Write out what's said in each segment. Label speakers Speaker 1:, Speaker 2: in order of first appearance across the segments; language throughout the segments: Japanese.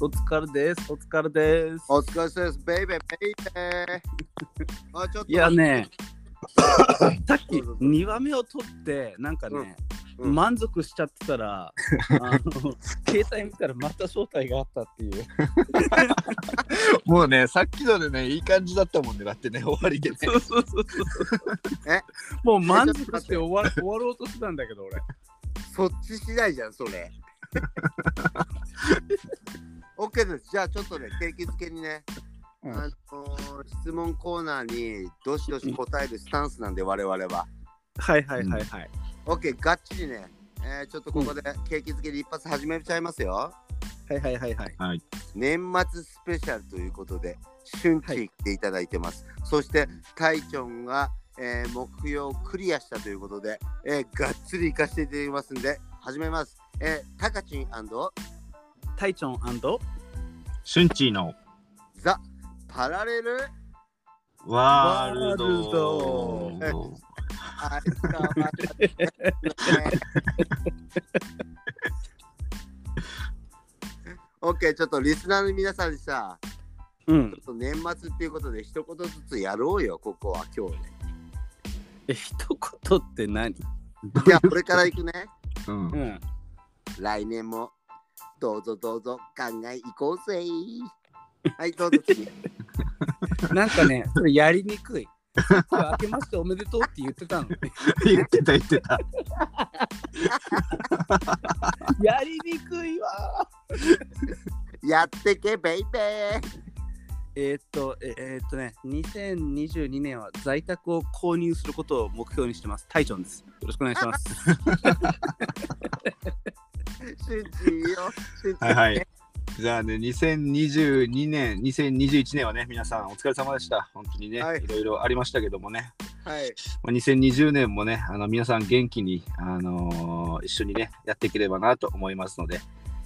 Speaker 1: お疲れです。お疲れです。
Speaker 2: お疲れ様です、ベイベー、ベイベー。あ、ちょっと。
Speaker 1: いや。 ね、さっき
Speaker 2: どうぞどうぞ
Speaker 1: 2話目を取って、なんかね、
Speaker 2: うんうん
Speaker 1: 満足しちゃってた ら、あの携帯見たらまた正体があったっていう。
Speaker 3: もうね、さっきのでね、いい感じだったもんね。だってね、終わりでね。
Speaker 1: そうそうそうそ う
Speaker 2: え
Speaker 1: もう満足して終わ終わろうとしてたんだけど、俺。
Speaker 2: そっち次第じゃん、それ。 オッケーです。じゃあ、ちょっとね、景気づけにね。
Speaker 3: うん
Speaker 2: あのー質問コーナーにどしどし答えるスタンスなんで、我々は。
Speaker 1: はいはいはいはい。
Speaker 2: オッケー、がっちりね。えーちょっとここで景気づけに一発始めちゃいますよ。
Speaker 1: はいはいはいはい。
Speaker 3: はい。
Speaker 2: 年末スペシャルということで春季来ていただいてます、そしてタイチョンが、えー目標をクリアしたということで、えーがっつり行かせていただきますんで始めます、えー、タカチン
Speaker 1: タイチョン
Speaker 3: シュンチーの
Speaker 2: ザ・パラレル
Speaker 3: ワール
Speaker 1: ワ
Speaker 3: ド。
Speaker 2: ールあいつかわかんないね オッケーちょっとリスナーの皆さんにさ
Speaker 1: うん。
Speaker 2: ちょっと年末っていうことで一言ずつやろうよここは今日ね
Speaker 1: え、一言って何
Speaker 2: じゃあこれから行くね
Speaker 3: うん
Speaker 1: うん。
Speaker 2: 来年もどうぞどうぞ考えいこうぜはいどうぞ次
Speaker 1: なんかね、それやりにくい。今日明けましておめでとうって言ってたの。
Speaker 3: 言ってた言ってた。
Speaker 1: やりにくいわ
Speaker 2: やってけベイベ
Speaker 1: えーっと、ええーっとね、2022年は在宅を購入することを目標にしてます。タイチョンです。よろしくお願いします。
Speaker 2: ーシュンチーよシュンチー
Speaker 3: はいはい。じゃあね、2022年、2021年はね、皆さんお疲れ様でした。本当にね、
Speaker 2: はい
Speaker 3: い、ろいろありましたけどもね、
Speaker 2: はい
Speaker 3: まあ、2020年もね、あの皆さん元気に、あのー一緒にね、やっていければなと思いますので、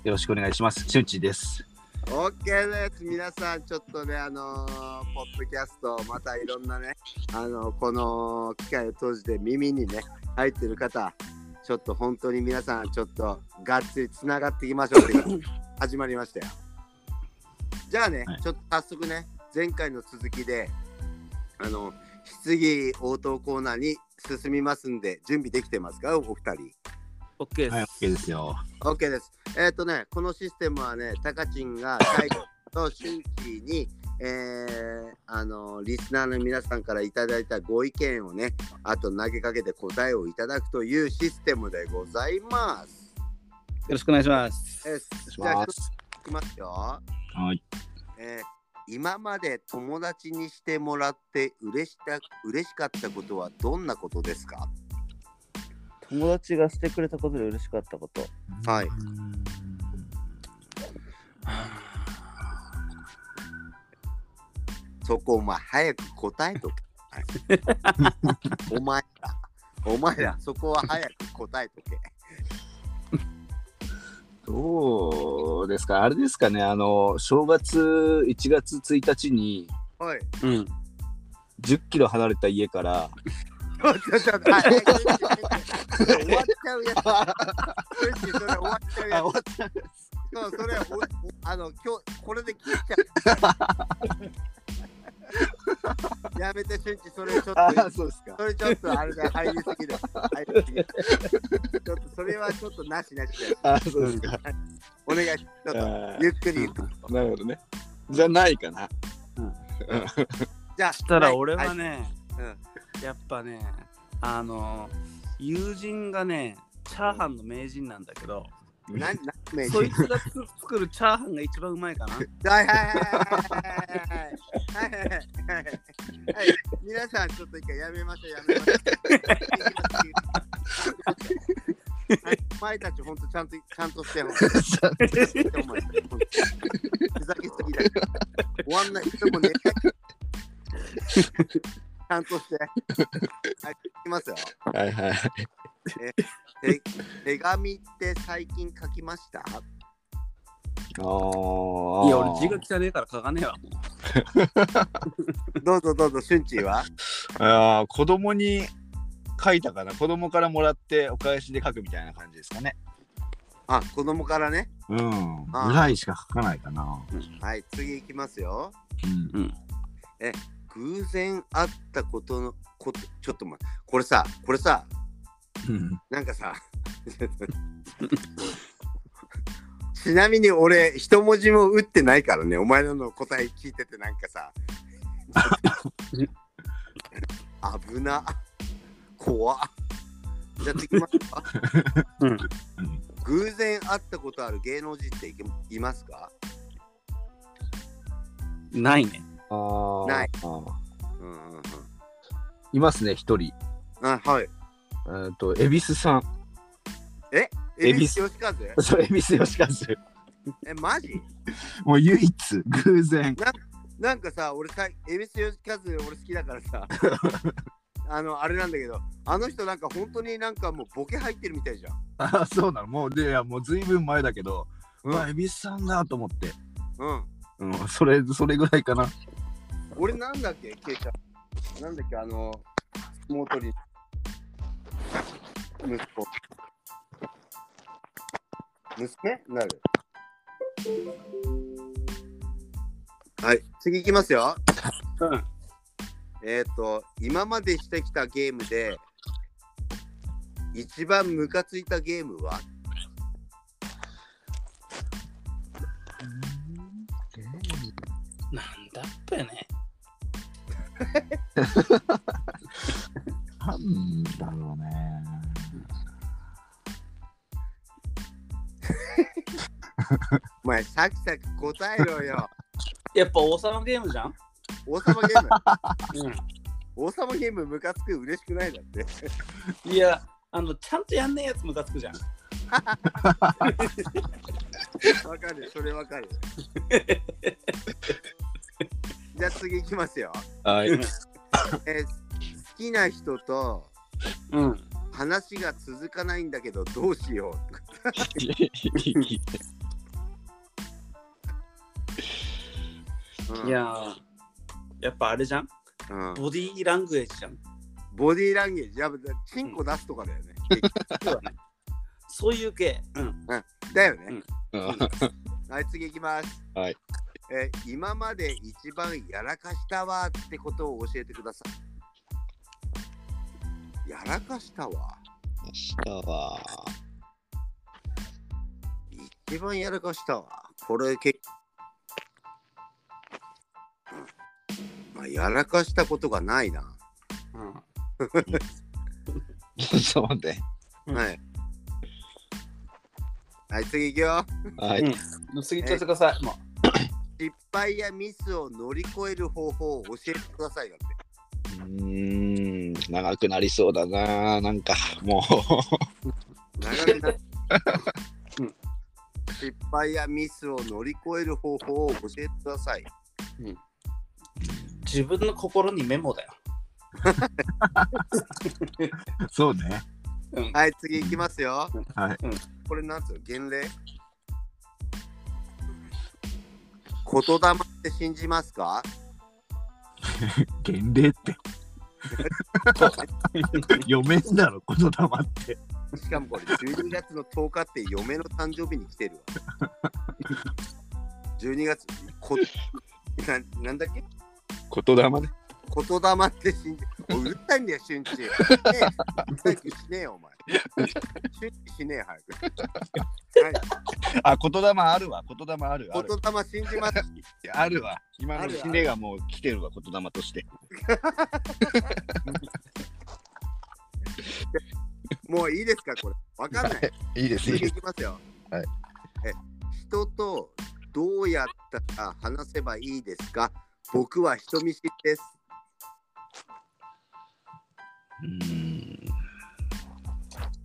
Speaker 3: よろしくお願いします。シュンチーです。
Speaker 2: オッケーです皆さんちょっとねあのーポッドキャストまたいろんなねあのーこの機会を閉じて耳にね入ってる方ちょっと本当に皆さんちょっとがっつりつながっていきましょうっていう始まりましたよじゃあね、
Speaker 3: はい
Speaker 2: ちょっと早速ね前回の続きであの質疑応答コーナーに進みますんで準備できてますかお二人
Speaker 1: OK
Speaker 3: はい、
Speaker 1: で
Speaker 3: OK ですよ。
Speaker 2: OK です。えっ、とね、このシステムはね、タカチンが最後と春季に、えーあのリスナーの皆さんからいただいたご意見をね、あと投げかけて答えをいただくというシステムでございます。
Speaker 1: す。よろしくお願いします。
Speaker 2: です
Speaker 3: し
Speaker 2: じゃあ、
Speaker 3: ま
Speaker 2: 一つ
Speaker 3: す
Speaker 2: いきますよ。
Speaker 3: はい。
Speaker 2: えー今まで友達にしてもらって嬉した嬉しかったことはどんなことですか
Speaker 4: 友達がしてくれたことで嬉しかったこと。
Speaker 2: はいそこお前早く答えとけ。お前ら、お前らそこは早く答えとけ。
Speaker 3: どうですかあれですかねあの正月1月1日に
Speaker 2: はい。
Speaker 1: うん。
Speaker 3: 10キロ離れた家から
Speaker 2: ちょっとちょっとあええええ終わっちゃうやつ。それってそれ終わっちゃうや
Speaker 3: 終わっ
Speaker 2: つ。そうそれおおあの今日これで切っちゃう。やめて俊一それちょっと
Speaker 3: そうですか
Speaker 2: それちょっとあれだ入りすぎだ。入りすぎだちょっとそれはちょっとなしなしだよ。
Speaker 3: あそうですか
Speaker 2: お願いします。ちょっ
Speaker 3: あ
Speaker 2: とゆっくりゆっくり。
Speaker 3: ーなるほどねじゃないかな
Speaker 2: じゃあ
Speaker 1: したら俺はね、
Speaker 2: はい
Speaker 1: やっぱね、あの、友人がね、チャーハンの名人なんだけど、
Speaker 2: い何何名人
Speaker 1: そいつがつ作るチャーハンが一番うまいかな。
Speaker 2: はいはいはいはいはいはいはいはいはいはい皆さんちょっと一回やめましょうやめましょう。はい、お前たち本当ちゃんとちゃんとしてほ しい。お前ほんとふざけすぎだよ。終わんない人もね。ちゃんとして。はい、いきますよ。
Speaker 3: はいはい
Speaker 2: 手手紙って最近書きました
Speaker 3: あ
Speaker 1: いや、俺字が汚ねえから書かねえわ。
Speaker 2: どうぞどうぞ、しゅんちーは
Speaker 3: ああ子供に書いたかな子供からもらってお返しで書くみたいな感じですかね
Speaker 2: あ、子供からね。
Speaker 3: うん。
Speaker 2: あ
Speaker 3: ぐらいしか書かないかな。
Speaker 2: はい、次いきますよ。
Speaker 3: うん。
Speaker 2: 偶然会ったことのこと、ちょっと待って、これさ、これさ、
Speaker 3: うん
Speaker 2: なんかさ、 ちなみに俺、一文字も打ってないからね、お前らの答え聞いててなんかさ、危な、怖。じゃあ、次行きますか。
Speaker 1: うん
Speaker 2: 偶然会ったことある芸能人っていけいますか
Speaker 1: ないね。
Speaker 3: ああ。
Speaker 2: ない
Speaker 3: あー。
Speaker 2: うんうんうん。
Speaker 3: いますね、一人。
Speaker 2: あ、はい。
Speaker 3: えーっと、恵比寿さん。
Speaker 2: え
Speaker 3: 恵
Speaker 2: び
Speaker 3: 比寿
Speaker 2: すよしかず
Speaker 3: そう、恵比寿吉和。
Speaker 2: え、マジ
Speaker 3: もう唯一、偶然。
Speaker 2: なんかさ、俺さ、恵比寿よしかず俺好きだからさ、あの、あれなんだけど、あの人なんか本当になんかもうボケ入ってるみたいじゃん。
Speaker 3: あそうなの。もう、で、いやもうずいぶん前だけど、うわ、恵比寿さんだと思って。
Speaker 2: うん。
Speaker 3: うん、それ、それぐらいかな。
Speaker 2: 俺なんだっけ、ケイちゃん。なんだっけ、あの、相撲取り。息子。娘なる。はい、次いきますよ。
Speaker 1: うん。
Speaker 2: えっ、と、今までしてきたゲームで、一番ムカついたゲームは
Speaker 1: なんだっぺね。
Speaker 3: なんだろうね。
Speaker 2: お前、さきさき答えろよ。
Speaker 1: やっぱ王様ゲームじゃん
Speaker 2: 王様ゲーム。
Speaker 1: う
Speaker 2: 王様ゲームムカつく嬉しくないだって。
Speaker 1: ん。いや、あの、ちゃんとやんねえやつムカつくじゃん。
Speaker 2: わかる、それわか る。じゃあ次いきますよ。
Speaker 3: はい。
Speaker 2: えー好きな人と
Speaker 1: うん。
Speaker 2: 話が続かないんだけどどうしよう。うん
Speaker 1: い、やー、やっぱあれじゃん
Speaker 2: うん
Speaker 1: ボディーラングエージじゃん。
Speaker 2: ボディーランゲージ、やっぱチンコ出すとかだよ ね。
Speaker 1: そういう系。うん。
Speaker 2: だよね。
Speaker 3: うん
Speaker 2: はい、次いきます。
Speaker 3: はい。
Speaker 2: えー今まで一番やらかしたわってことを教えてください。やらかしたわ
Speaker 3: した わ。
Speaker 2: 一番やらかしたわ。これ結うんまあ、やらかしたことがないな。
Speaker 1: うん
Speaker 3: ちょっと待って。
Speaker 1: うん
Speaker 2: はい。はい、次いくよ。
Speaker 3: は
Speaker 1: うん。もう次行っちゃってください。も
Speaker 2: 失敗やミスを乗り越える方法を教えてくださいだって。
Speaker 3: うーん、長くなりそうだな、なんか、も
Speaker 2: 長くなっ
Speaker 1: うん
Speaker 2: 失敗やミスを乗り越える方法を教えてください。
Speaker 1: う自分の心にメモだよ。
Speaker 3: う。 そうね。
Speaker 1: うん。
Speaker 2: はい、次いきますよ。
Speaker 3: はい
Speaker 1: うん
Speaker 2: これなんつうの原例言霊って信じますか
Speaker 3: 限定 って。読めんだろ、この黙って。
Speaker 2: しかもこれ12月の10日って嫁の誕生日に来てるわ。12月こな、なんだっけ
Speaker 3: 言霊ね。
Speaker 2: 言霊って信じ、おいうるさいんだよ、俊一。ねえ、早くしねえよ、お前。俊一しねえよ、
Speaker 3: あ、言霊あるわ、言霊ある。あ
Speaker 2: 早
Speaker 3: る
Speaker 2: く。言霊信じます。
Speaker 3: あるわ。今
Speaker 2: あ
Speaker 3: の
Speaker 2: る
Speaker 3: 死ねがもう来てるわ、言霊として。
Speaker 2: もういいですか、これ。わかんない。
Speaker 3: いいです
Speaker 2: 次いきますよ。
Speaker 3: はい
Speaker 2: え人とどうやったら話せばいいですか僕は人見知りです。
Speaker 3: うん。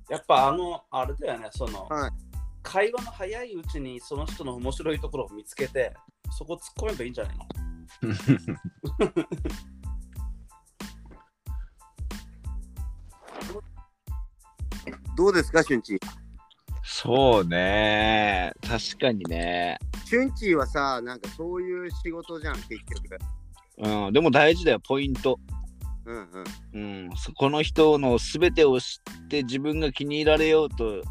Speaker 1: やっぱあの、あれだよね、その、
Speaker 2: はい
Speaker 1: 会話の早いうちにその人の面白いところを見つけて、そこ突っ込めばいいんじゃないの
Speaker 2: どうですか、俊一。
Speaker 3: そうね。確かにね。
Speaker 2: 俊一はさ、なんかそういう仕事じゃん、結局。
Speaker 3: うん、でも大事だよ、ポイント。
Speaker 2: うんうん。
Speaker 3: うん、そこの人の全てを知って自分が気に入られようと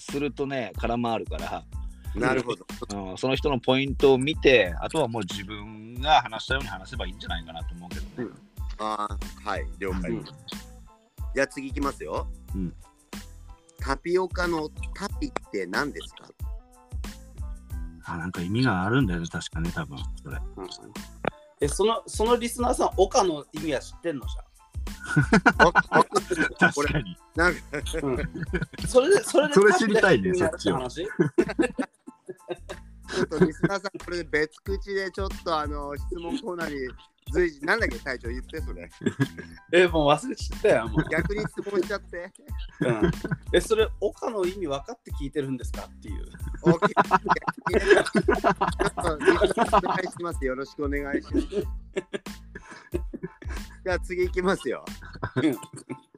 Speaker 3: するとね空回るから、
Speaker 2: なるほど。
Speaker 3: うん、その人のポイントを見てあとはもう自分が話したように話せばいいんじゃないかなと思うけどね。
Speaker 2: あーはい、了解。
Speaker 3: うん
Speaker 2: じゃあ次いきますよ。
Speaker 3: うん
Speaker 2: タピオカのタピって何ですか
Speaker 3: あなんか意味があるんだよね確かね多分それ。
Speaker 1: え、その、そのリスナーさん、岡の意味は知ってんのじ
Speaker 2: あ
Speaker 1: ゃ
Speaker 2: これ
Speaker 3: に。
Speaker 2: なんか
Speaker 1: ん。それで、それで、
Speaker 3: それ知りたいね
Speaker 1: そっち
Speaker 3: そっちは
Speaker 1: 話
Speaker 2: ちょっとリスナーさん、これで別口でちょっとあの質問コーナーに随時、なんだっけ、隊長言ってそれ。
Speaker 1: え、もう忘れちゃったよ、もう。
Speaker 2: 逆に質問しちゃって。
Speaker 1: うん、え、それ、岡の意味分かって聞いてるんですかっていう。
Speaker 2: 大きい逆にねちょっとリスナーさんお願いします。よろしくお願いします。じゃあ次いきますよ。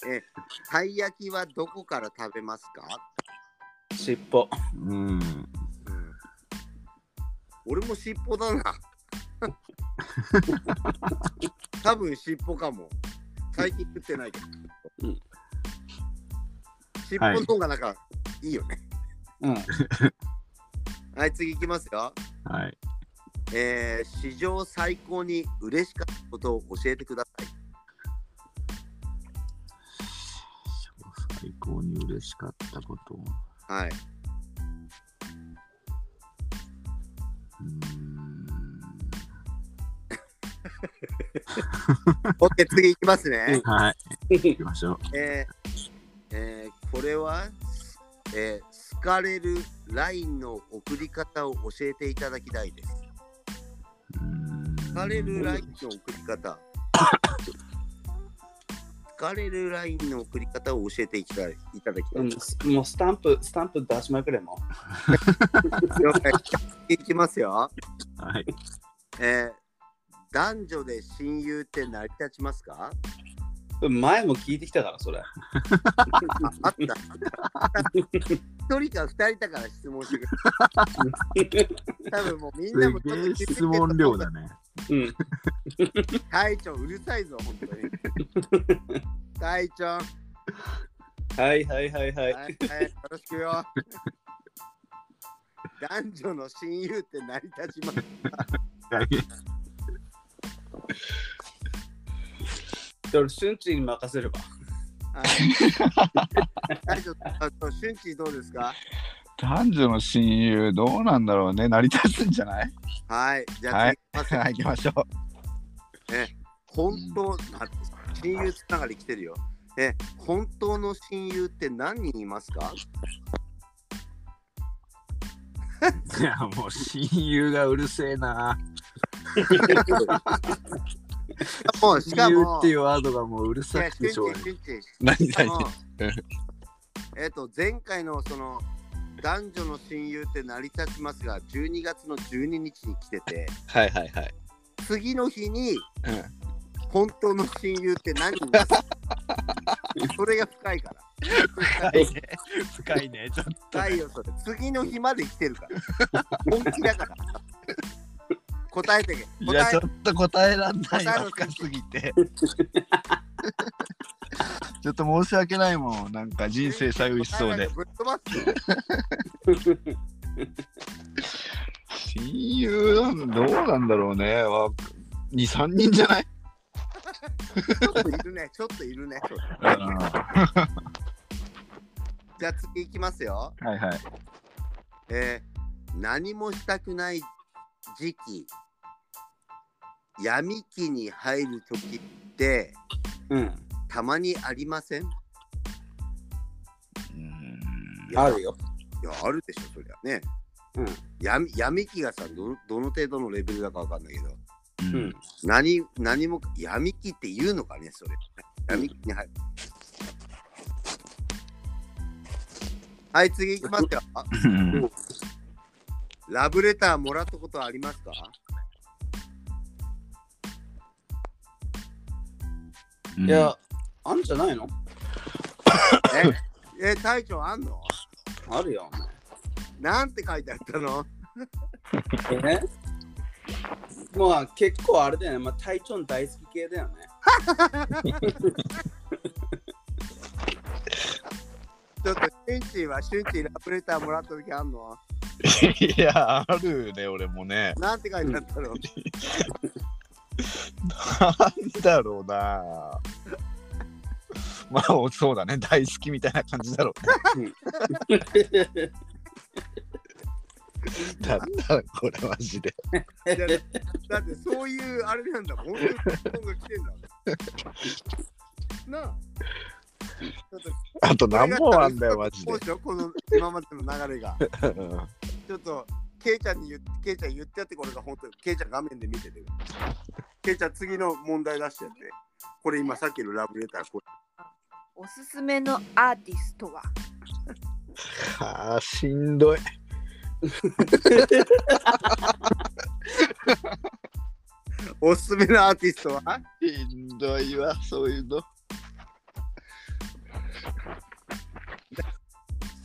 Speaker 2: え、たい焼きはどこから食べますか
Speaker 1: 尻尾。
Speaker 3: うん。
Speaker 2: 俺も尻尾だな。多分尻尾かも。最近食ってないけど。
Speaker 1: うん
Speaker 2: 尻尾の方がなんか、い、いよね。
Speaker 1: うん。
Speaker 2: はい、次いきますよ。
Speaker 3: はい。
Speaker 2: えー、史上最高に嬉しかったことを教えてください。
Speaker 3: 最高に嬉しかったこと。
Speaker 2: はい。
Speaker 3: うん。
Speaker 2: オッケー、次いきますね。
Speaker 3: はい。行きましょう。
Speaker 2: えーえーこれは、えー、好かれる LINE の送り方を教えていただきたいです。
Speaker 3: うん。
Speaker 2: 好かれる LINE の送り方。好かれる LINE の送り方を教えていただいただきたい。
Speaker 1: うん、もうスタンプ、スタンプ出しまくれも
Speaker 2: 了解次いきますよ。
Speaker 3: はい。
Speaker 2: えー男女で親友って成り立ちますか
Speaker 1: う。前も聞いてきたから、それ。
Speaker 2: ああった。一人か二人だから質問してくれ。多分もうみんなも
Speaker 3: す
Speaker 2: ちょっ
Speaker 3: げえ
Speaker 2: と気づいて
Speaker 3: 質問量だね。
Speaker 1: うん。
Speaker 2: 隊長うるさいぞ、本当に。隊長、は、
Speaker 1: はいはいはいはいい。
Speaker 2: はい、よろしくよ。男女の親友って成り立ちます。
Speaker 1: で俺、瞬時に任せれば。
Speaker 2: はい隊長、あと瞬時どうですか
Speaker 5: 男女の親友どうなんだろうね成り立つんじゃない
Speaker 2: はい、じゃあ、
Speaker 5: はい
Speaker 2: 次行きますよ
Speaker 5: はい行きましょ
Speaker 2: 本当、あ親友つながり来てるよ。え、本当の親友って何人いますか
Speaker 3: いやもう親友がうるせえな。
Speaker 2: もうし
Speaker 3: 親
Speaker 2: か
Speaker 3: 友
Speaker 2: も、
Speaker 3: っていうワードがもううるさく
Speaker 2: い
Speaker 3: て
Speaker 2: や
Speaker 3: しょうが
Speaker 2: 瞬時瞬時
Speaker 5: う何
Speaker 2: しか
Speaker 5: 何
Speaker 2: も
Speaker 5: うん
Speaker 2: えっと、前回のその男女の親友って成り立ちますが、12月の12日に来てて、
Speaker 3: はいはいはい。
Speaker 2: 次の日に、
Speaker 5: うん
Speaker 2: 本当の親友って何人ですかそれが深いから。
Speaker 5: 深いねちょっ
Speaker 2: 深いよ、それ。次の日まで来てるから。本気だから。答えてけ。
Speaker 5: といや
Speaker 2: 答
Speaker 5: ち
Speaker 2: え
Speaker 5: ょっと答えらんない
Speaker 2: 答え
Speaker 5: わ
Speaker 2: ろ
Speaker 5: 深すぎて ちょっと申し訳ないもんなんか人生最後しそうで
Speaker 2: ぶっ飛ばすよ
Speaker 5: 親友なんどうなんだろうねわ23人じゃない
Speaker 2: ちょっといるね、ちょっといるね。そう
Speaker 5: は
Speaker 2: じゃあ次いきますよ。
Speaker 5: いはい
Speaker 2: えー何もしたくない時期、闇期に入る時って
Speaker 1: うん。
Speaker 2: たまにありませんいや
Speaker 1: あるよ。
Speaker 2: いや、あるでしょ、そりゃね。
Speaker 1: うん
Speaker 2: 闇闇期がさど、どの程度のレベルだかわかんないけど、
Speaker 5: うん
Speaker 1: うん。
Speaker 2: 何何も闇期って言うのかね、それ。闇期に入る。はい、次いきますよ。
Speaker 5: うん
Speaker 2: ラブレターもらったことありますか
Speaker 5: うん
Speaker 1: い や、あんじゃないの
Speaker 2: え、え、隊長あんの
Speaker 1: あるよ。
Speaker 2: なんて書いてあったの
Speaker 1: お前えまあ、結構あれだよね。まあ、体調の大好き系だよね。
Speaker 2: ちょっと、シュンチーは、シュンチーラブレターもらった時あんの
Speaker 3: いや、あるね、俺もね。
Speaker 2: なんて書いてあったの
Speaker 3: なんだろうな。 まあ、おそうだね、大好きみたいな感じだろう。だったら、これマジで。
Speaker 2: いやだってそういうあれなんだもん。本当に質問が来てんだもん。なあ。ちょっと
Speaker 3: あと何本あんだよ、マジ
Speaker 2: こ
Speaker 3: で
Speaker 2: う。しようこの今までの流れが。
Speaker 3: うん
Speaker 2: ちょっと、ケイちゃんに言って、ケイちゃん言ってやって、これが本当に、ケイちゃん画面で見てて。ケイちゃん次の問題出してやって。これ今さっきのラブレター、こ
Speaker 6: おすすめのアーティストは
Speaker 3: あー、しんどい。
Speaker 2: れおすすめのアーティストは
Speaker 3: しんどいわ、そういうの。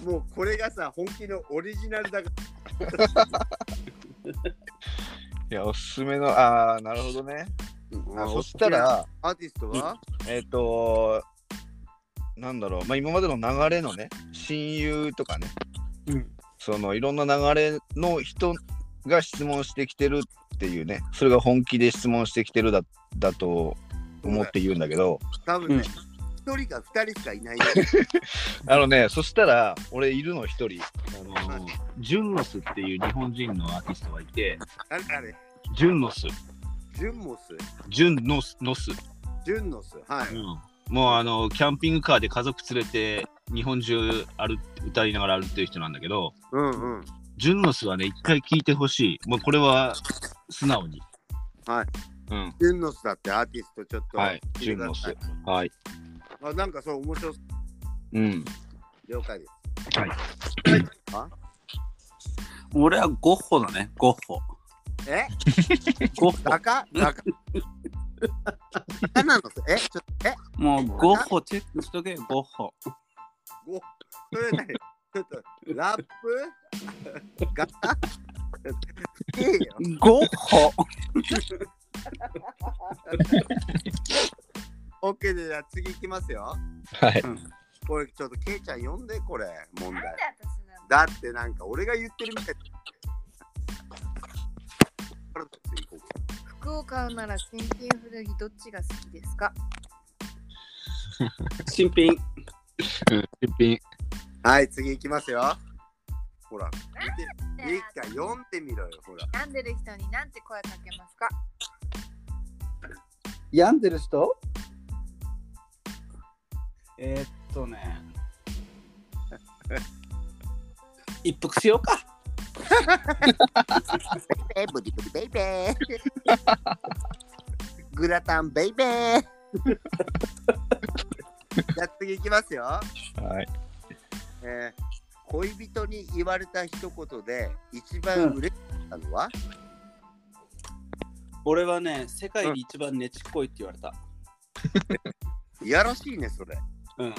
Speaker 2: もうこれがさ、本気のオリジナルだか
Speaker 3: いや、おすすめの、あー、なるほどね。
Speaker 2: ら。
Speaker 3: あそしたら、
Speaker 2: アーティストは、
Speaker 3: えっ、となんだろう、まあ、今までの流れのね、親友とかね、
Speaker 2: うん
Speaker 3: そのいろんな流れの人が質問してきてるっていうね、それが本気で質問してきてるだだと思って言うんだけど、
Speaker 2: 多分ね、一、人か二人しかい ないよ。
Speaker 3: あのね、そしたら、俺いるの一人。
Speaker 7: あのージュンノスっていう日本人のアーティストがいて、
Speaker 2: あれあれ、
Speaker 7: ジュンノス、
Speaker 2: ジュンモス、
Speaker 7: ジュンノス、ノス、
Speaker 2: ジュンノス、はい。
Speaker 7: もうあのキャンピングカーで家族連れて日本中歩歌いながら歩いてる人なんだけど、
Speaker 2: うんうん。
Speaker 7: ジュンノスはね、一回聞いてほしい。もうこれは素直に。
Speaker 2: ジュンノスだってアーティストちょっと。
Speaker 3: はい、ジュンノス。はい。
Speaker 2: あなんかそう面白そう。
Speaker 3: うん。
Speaker 2: 了解です。
Speaker 1: 俺はゴッホだね、ゴッホ。
Speaker 2: え
Speaker 1: ゴッ
Speaker 2: バカバカバカなのえちょっと、え
Speaker 1: ホ。もうゴッホチェックしとけよ、ゴッホ。
Speaker 2: ごそれ何ちょっと、ラップガタいいよ。
Speaker 1: ゴッホ
Speaker 2: オッケーで、じゃあ次行きますよ。
Speaker 3: はい。
Speaker 2: これちょっとケイちゃん呼んで、これ、問
Speaker 6: なん
Speaker 2: 題
Speaker 6: で。私なの
Speaker 2: だってなんか俺が言ってるみたい。これ次行こう
Speaker 6: 服を買うなら新品古着どっちが好きですか
Speaker 1: 新品。
Speaker 3: 新品。
Speaker 2: かはい、次行きますよ。ほら、見て、一回読んでみろよ、ほら。
Speaker 6: 病んでる人になんて声かけますか
Speaker 1: 病んでる人えーっとね。一服しようか。
Speaker 2: ベイブリブリベイベー。 グラタンベイベー。じゃあ次いきますよ、
Speaker 3: はい。
Speaker 2: えー恋人に言われた一言で一番嬉しかったのは、
Speaker 1: 俺はね、世界で一番ねちっこいって言われた。
Speaker 2: いやらしいね、それ。
Speaker 1: うん。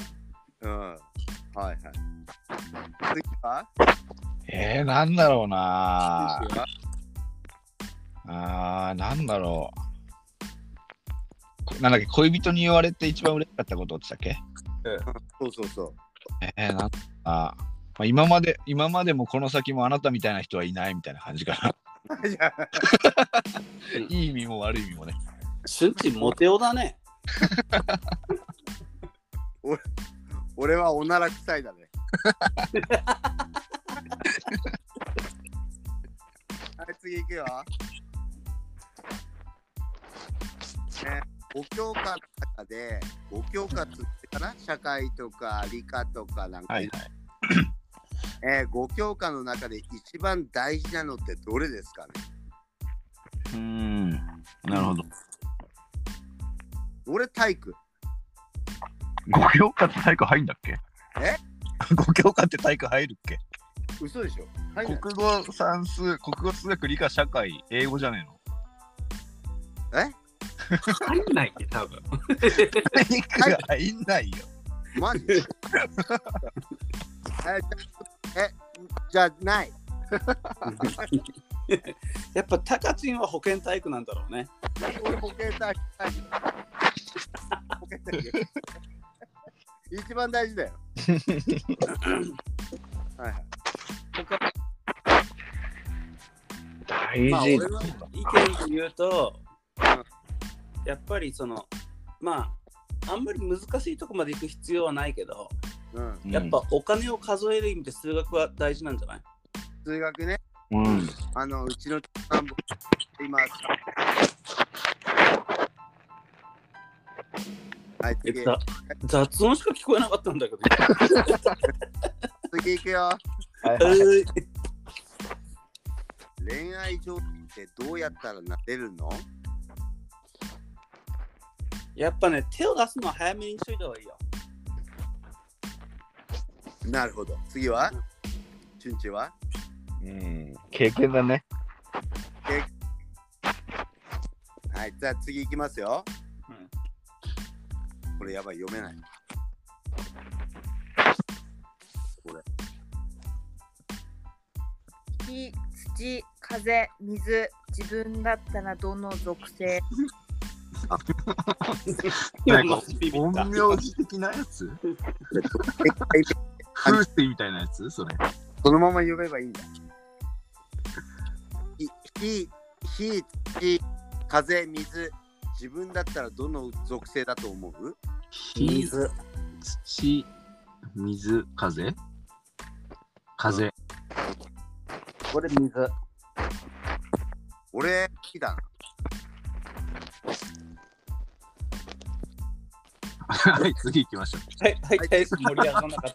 Speaker 2: うん。はいはい。次は
Speaker 3: えー、なんだろうな
Speaker 2: 次は
Speaker 3: あー、なんだろう。こなんだっけ、恋人に言われて一番嬉しかったことって言ったっ
Speaker 2: そうそうそう。
Speaker 3: けえー、なんあーまあ、今まで、今までもこの先もあなたみたいな人はいないみたいな感じか な。
Speaker 2: いや
Speaker 3: いい意味も悪い意味もね。
Speaker 1: シュンチモテオだね。
Speaker 2: 俺はおなら臭いだね。はい、次行くよ。ね、五教科の中で、五教科つってかな社会とか理科とかなんか、
Speaker 3: はい
Speaker 2: えー、5教科の中で一番大事なのってどれですかね
Speaker 3: うーん。なるほど。
Speaker 2: 俺体育。
Speaker 3: 五教科って体育入んだっけ
Speaker 2: え
Speaker 3: 五教科って体育入るっけ
Speaker 2: 嘘でしょはい
Speaker 3: 国語算数、国語数学、理科、社会、英語じゃね
Speaker 1: 入んないって多分。
Speaker 3: えの体育が入んないよ。
Speaker 2: マジえじゃあえ、じゃあない。
Speaker 1: やっぱタカチンは保健体育なんだろうね。
Speaker 2: 俺保険体育。保険体育。一番大事だよ。はいはい。
Speaker 5: 大
Speaker 1: まあ、
Speaker 5: 事
Speaker 1: 俺。の意見で言うと、やっぱりその、まあ、あんまり難しいとこまで行く必要はないけど、
Speaker 2: うん。
Speaker 5: うん
Speaker 1: やっぱお金を数える意味で数学は大事なんじゃない
Speaker 2: 数学ね、
Speaker 5: うん。
Speaker 2: あの、うちの三本、今、はい、
Speaker 1: え
Speaker 2: 次、
Speaker 1: ざ雑音しか聞こえなかったんだけど。
Speaker 2: 次行くよ。
Speaker 3: はいはい
Speaker 1: えー
Speaker 2: 恋愛上手ってどうやったらなれるの
Speaker 1: やっぱね、手を出すのは早めにしといた方がいいよ。
Speaker 2: なるほど。次はチュンチュは
Speaker 5: うん。経験だね。
Speaker 2: はい、じゃあ次行きますよ。
Speaker 1: うん
Speaker 2: これやばい、読めない。これ。
Speaker 6: 火、土、風、水、自分だったらどの属性
Speaker 3: なん
Speaker 1: 今
Speaker 3: か
Speaker 1: ビビった。
Speaker 3: 陰陽師的なや つ風水みたいなやつそれ。
Speaker 2: そのまま読めばいいんだ。ひ、ひ、ひ、ひ、風、水、自分だったらどの属性だと思う
Speaker 3: 火、土、水、風風。
Speaker 1: これ水。
Speaker 2: 俺、火だな。
Speaker 3: はい、次行きましょう。
Speaker 1: はい、はい、大して盛り上がらなかった。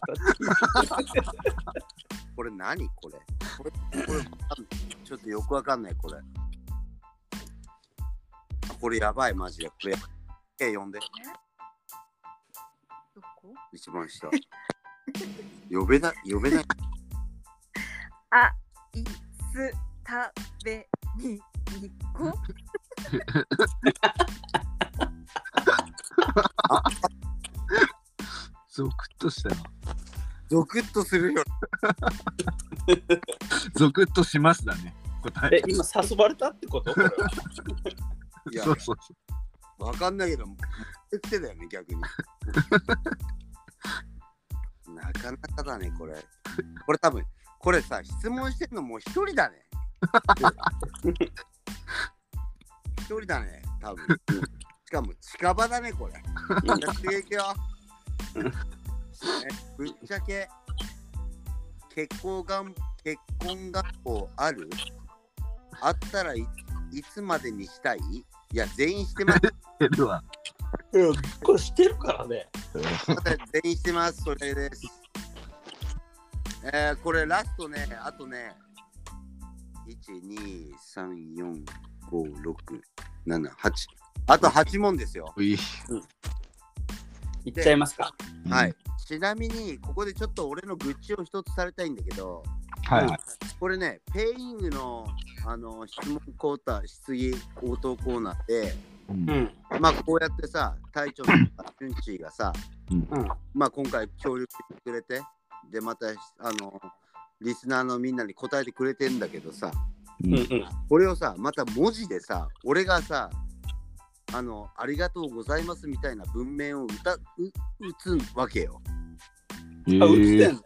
Speaker 2: これ何これこれ、これわかんない、ちょっとよくわかんない、これ。あこれやばい、マジで。これ、え、読んで。
Speaker 6: どこ
Speaker 2: 一番下。呼べない、呼べない。
Speaker 6: あ、い、す、た、べ、に、い、こ
Speaker 3: ゾクッとしたな。
Speaker 2: ゾクッとするよ。
Speaker 3: ゾクッとしますだね。答え
Speaker 1: え。、今誘われたってことこれはい
Speaker 2: や
Speaker 3: そ、うそうそ
Speaker 2: わかんないけど、持ってってだよね、逆に。 なかなかだね、これ。これ多分、これさ、質問してるのもう一人だね。一人だね、多分。しかも近場だね、これ。じゃあ次行くよ。えぶっちゃけ、結婚がん結婚学校あるあったらいいつまでにしたいいや、全員してます。
Speaker 3: う。では、
Speaker 1: うんこれしてるからね。
Speaker 2: 全員してます。それです。えー、これラストね、あとね、1,2,3,4,5,6,7,8あと8問ですよ。
Speaker 3: いい。
Speaker 1: いっちゃいますか。
Speaker 2: はい。ちなみに、ここでちょっと俺の愚痴を一つされたいんだけど、
Speaker 3: はいはい。
Speaker 2: これね、ペイングのあの質問コーナー、質疑応答コーナーで、
Speaker 1: うん。
Speaker 2: まあこうやってさ、隊長のチュンチーがさ、
Speaker 1: うん。
Speaker 2: まあ今回協力してくれて、で、また、あの、リスナーのみんなに答えてくれてんだけどさ、
Speaker 1: うん。うん。
Speaker 2: これをさ、また文字でさ、俺がさ、あの、ありがとうございますみたいな文面を歌う打つわけよ。
Speaker 1: あ、映ってんだ。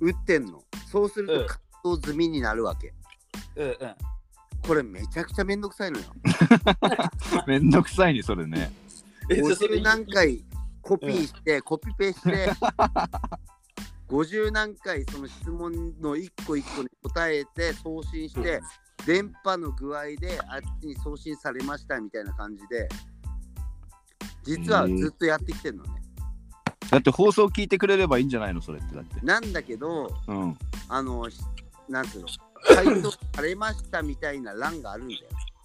Speaker 2: 打ってんの。そうする
Speaker 1: うん
Speaker 2: と、活動済みになるわけ。
Speaker 1: うんうん。
Speaker 2: これめちゃくちゃめんどくさいのよ。
Speaker 3: めんどくさいね、それね。
Speaker 1: え、じゃあそれ
Speaker 2: 50何回コピーして、コピペ して、50何回その質問の一個一個に答えて送信して、電波の具合であっちに送信されましたみたいな感じで、実はずっとやってきてるのね。
Speaker 5: だって放送聞いてくれればいいんじゃないのそれってだって。
Speaker 2: なんだけど、
Speaker 5: うん。
Speaker 2: あの、しなん つうの、回答されましたみたいな欄があるんだよ。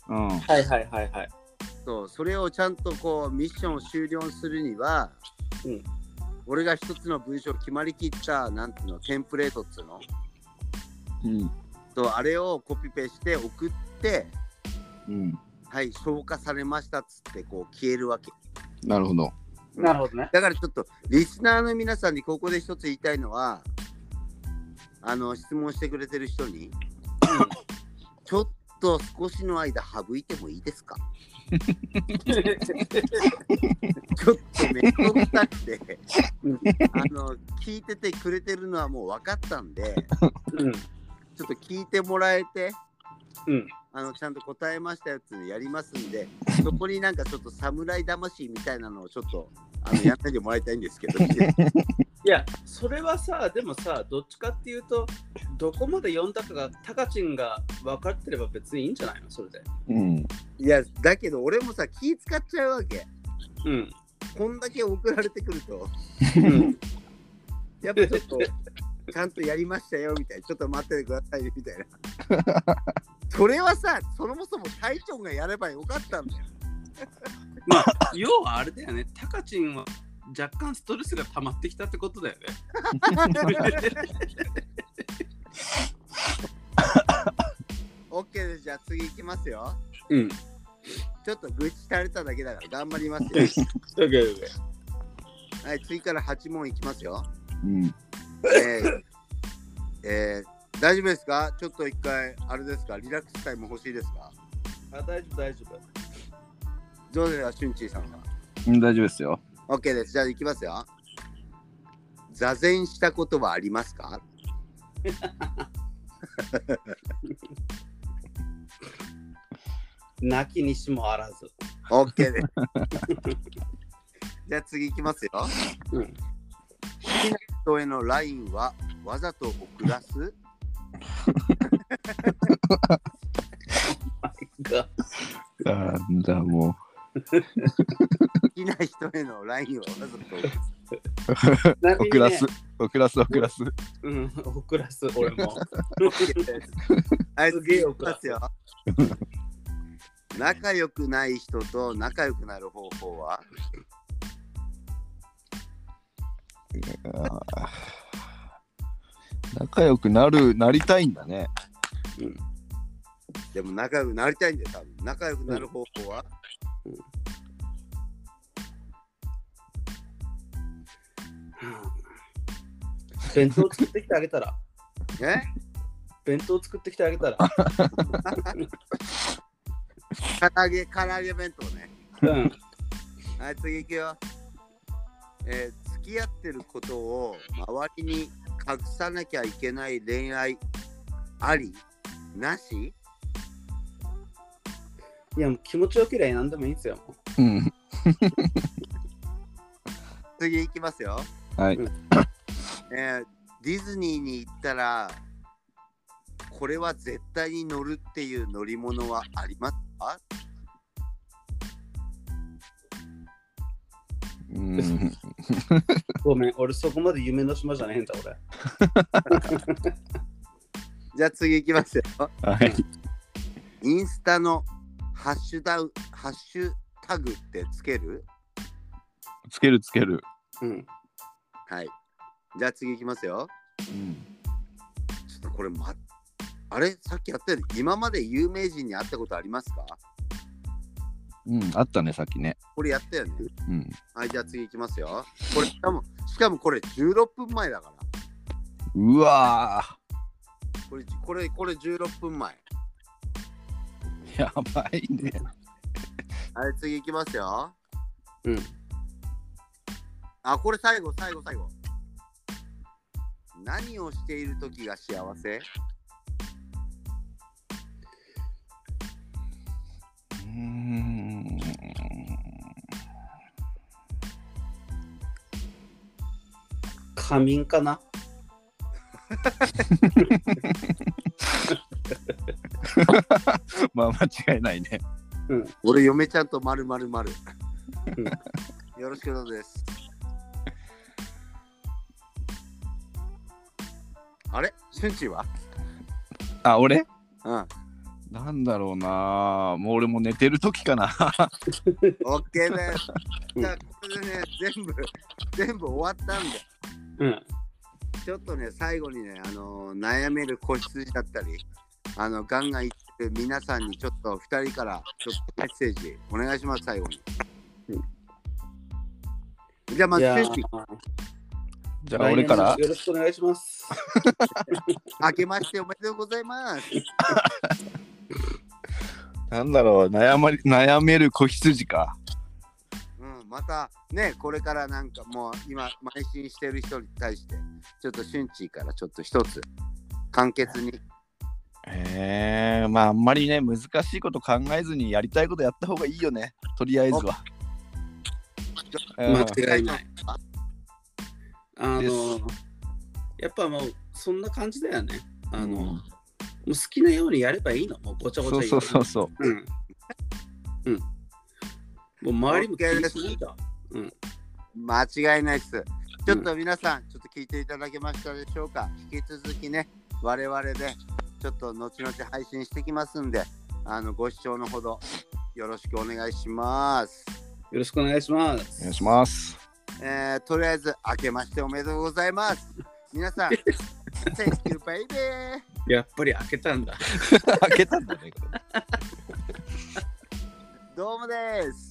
Speaker 5: うん。
Speaker 1: はいはいはいはい。
Speaker 2: そうそれをちゃんとこうミッションを終了するには、
Speaker 1: うん
Speaker 2: 俺が一つの文章決まりきったなんていうのテンプレートっつうの
Speaker 5: うん。
Speaker 2: とあれをコピペして送って
Speaker 5: うん。
Speaker 2: はい消化されましたっつってこう消えるわけ
Speaker 5: なるほど。
Speaker 1: なるほどね。
Speaker 2: だからちょっとリスナーの皆さんにここで一つ言いたいのはあの質問してくれてる人にちょっと少しの間省いてもいいですかちょっとめんどくさくて、あの、聞いててくれてるのはもう分かったんで、
Speaker 1: うん。
Speaker 2: ちょっと聞いてもらえて、
Speaker 1: うん。
Speaker 2: あのちゃんと答えましたやつやりますんで、そこになんかちょっと侍魂みたいなのをちょっとあのやっててもらいたいんですけ ど、
Speaker 1: いや、それはさ、でもさ、どっちかっていうと、どこまで読んだかが、タカチンが分かってれば別にいいんじゃないのそれで。
Speaker 5: うん。
Speaker 2: いや、だけど俺もさ、気使っちゃうわけ。
Speaker 1: うん。
Speaker 2: こんだけ送られてくると、
Speaker 1: うん、
Speaker 2: やっぱちょっと、ちゃんとやりましたよみたいな、ちょっと待っててくださいねみたいな。それはさ、そもそも隊長がやればよかったんだよ。
Speaker 1: まあ、要はあれだよね、タカチンは若干ストレスが溜まってきたってことだよね。
Speaker 2: オッケーです、じゃあ次行きますよ。
Speaker 1: うん。
Speaker 2: ちょっと愚痴垂れただけだから頑張 りますよ。
Speaker 1: だけどね。
Speaker 2: はい、次から8問いきますよ。
Speaker 5: うん。
Speaker 2: えーえー大丈夫ですかちょっと一回、あれですかリラックスタイム欲しいですか
Speaker 1: あ、大丈夫、大丈夫。
Speaker 2: どうですか、しゅんちーさんは。
Speaker 5: うん大丈夫ですよ。
Speaker 2: OK です。じゃあ行きますよ。座禅したことはありますか
Speaker 1: 泣きにしもあらず。
Speaker 2: ?OK です。 じゃあ次行きますよ。
Speaker 1: うん
Speaker 2: 好きな人へのラインはわざと遅らす
Speaker 1: が
Speaker 5: あーじゃあも
Speaker 2: 好きな人へのラインはわざと遅らす。
Speaker 5: う、遅らす、遅らす、遅らす。
Speaker 1: うん、遅らす、俺も。
Speaker 2: はい、
Speaker 1: すげえ
Speaker 2: 次行
Speaker 1: 遅
Speaker 2: き
Speaker 1: ら
Speaker 2: ますすよ。 仲良くない人と仲良くなる方法は
Speaker 5: あー仲良くなる、なりたいんだね。
Speaker 2: でも仲良くなりたいんだよ、多分。仲良くなる方法は、
Speaker 1: 弁当作ってきてあげたら。
Speaker 2: え
Speaker 1: 弁当作ってきてあげたら。
Speaker 2: 唐揚げ、唐揚げ弁当ね。
Speaker 1: うん。
Speaker 2: はい、次行くよ。えー付き合ってることを周りに隠さなきゃいけない恋愛ありなし
Speaker 1: いや、もう気持ちよければ何でもいいんですよ。も
Speaker 5: うん。
Speaker 2: 次行きますよ。
Speaker 5: はい。
Speaker 2: えーディズニーに行ったらこれは絶対に乗るっていう乗り物はありますか
Speaker 5: うん。
Speaker 1: うごめん、俺そこまで夢の島じゃねえんだ、俺。
Speaker 2: じゃあ次行きますよ。
Speaker 5: はい。
Speaker 2: インスタのハッシュダウハッシュタグってつける
Speaker 5: つける、つける。
Speaker 1: うん。
Speaker 2: はい。じゃあ次行きますよ。
Speaker 5: うん。
Speaker 2: ちょっとこれ、ま、あれさっきやったよね今まで有名人に会ったことありますか
Speaker 5: うん、あったね、さっきね。
Speaker 2: これやったよね。
Speaker 5: うん。
Speaker 2: はい、じゃあ次行きますよ。これ、しかも、しかもこれ16分前だから。
Speaker 5: うわ
Speaker 2: これ、これ、これ16分前。
Speaker 5: ーやばいね。
Speaker 2: はい、次行きますよ。
Speaker 1: うん。
Speaker 2: あ、これ最後、最後、最後。何をしている時が幸せ
Speaker 5: うーん。
Speaker 1: 仮眠かな。
Speaker 5: まあ、間違いないね。
Speaker 2: 俺、嫁ちゃんとまるまるまる
Speaker 1: うん。
Speaker 2: よろしくお願いします。あれしゅんちは
Speaker 5: あ、俺
Speaker 2: うん。
Speaker 5: なんだろうなもう俺も寝てる時かな。
Speaker 2: オッケーです。
Speaker 1: うん
Speaker 2: じゃあ、これでね、全部、全部終わったんで、
Speaker 1: うん。
Speaker 2: ちょっとね、最後にね、あのー悩める子羊だったり、あの、ガンガン行ってる皆さんに、ちょっと2人から、ちょっとメッセージ、お願いします、最後に。じゃあ、ま
Speaker 1: い
Speaker 2: ず、
Speaker 1: や
Speaker 2: 選
Speaker 1: ー
Speaker 2: 手、
Speaker 5: じゃあ、俺から
Speaker 1: 来年もよろしくお願いします。
Speaker 2: 明けましておめでとうございます。
Speaker 3: なんだろう、悩まり悩める子羊か。
Speaker 2: うん、またね、これからなんかもう今、邁進してる人に対して、ちょっと俊地からちょっと一つ、簡潔に。
Speaker 3: ええまああんまりね、難しいこと考えずにやりたいことやった方がいいよね、とりあえずは。うん
Speaker 1: 間違いない。あ
Speaker 3: です
Speaker 1: の、やっぱもう、そんな感じだよね。あの、
Speaker 3: うん
Speaker 1: もう好きなようにやればいいの。もうごちゃごちゃ
Speaker 3: そ
Speaker 1: 言
Speaker 3: うそうそうそう。
Speaker 1: うん。うん。もう周りも気にしないと。
Speaker 2: 間違いないです。ちょっと皆さん、ちょっと聞いていただけましたでしょうか。引き続きね、我々でちょっと後々配信してきますんで、あのご視聴のほどよろしくお願いします。
Speaker 1: よろしくお願いします。
Speaker 3: お願いします。
Speaker 2: えーとりあえず、明けましておめでとうございます。皆さん、Thank you, baby!
Speaker 1: やっぱり開けたんだ。
Speaker 3: 開けたんだね、これ
Speaker 2: どうもです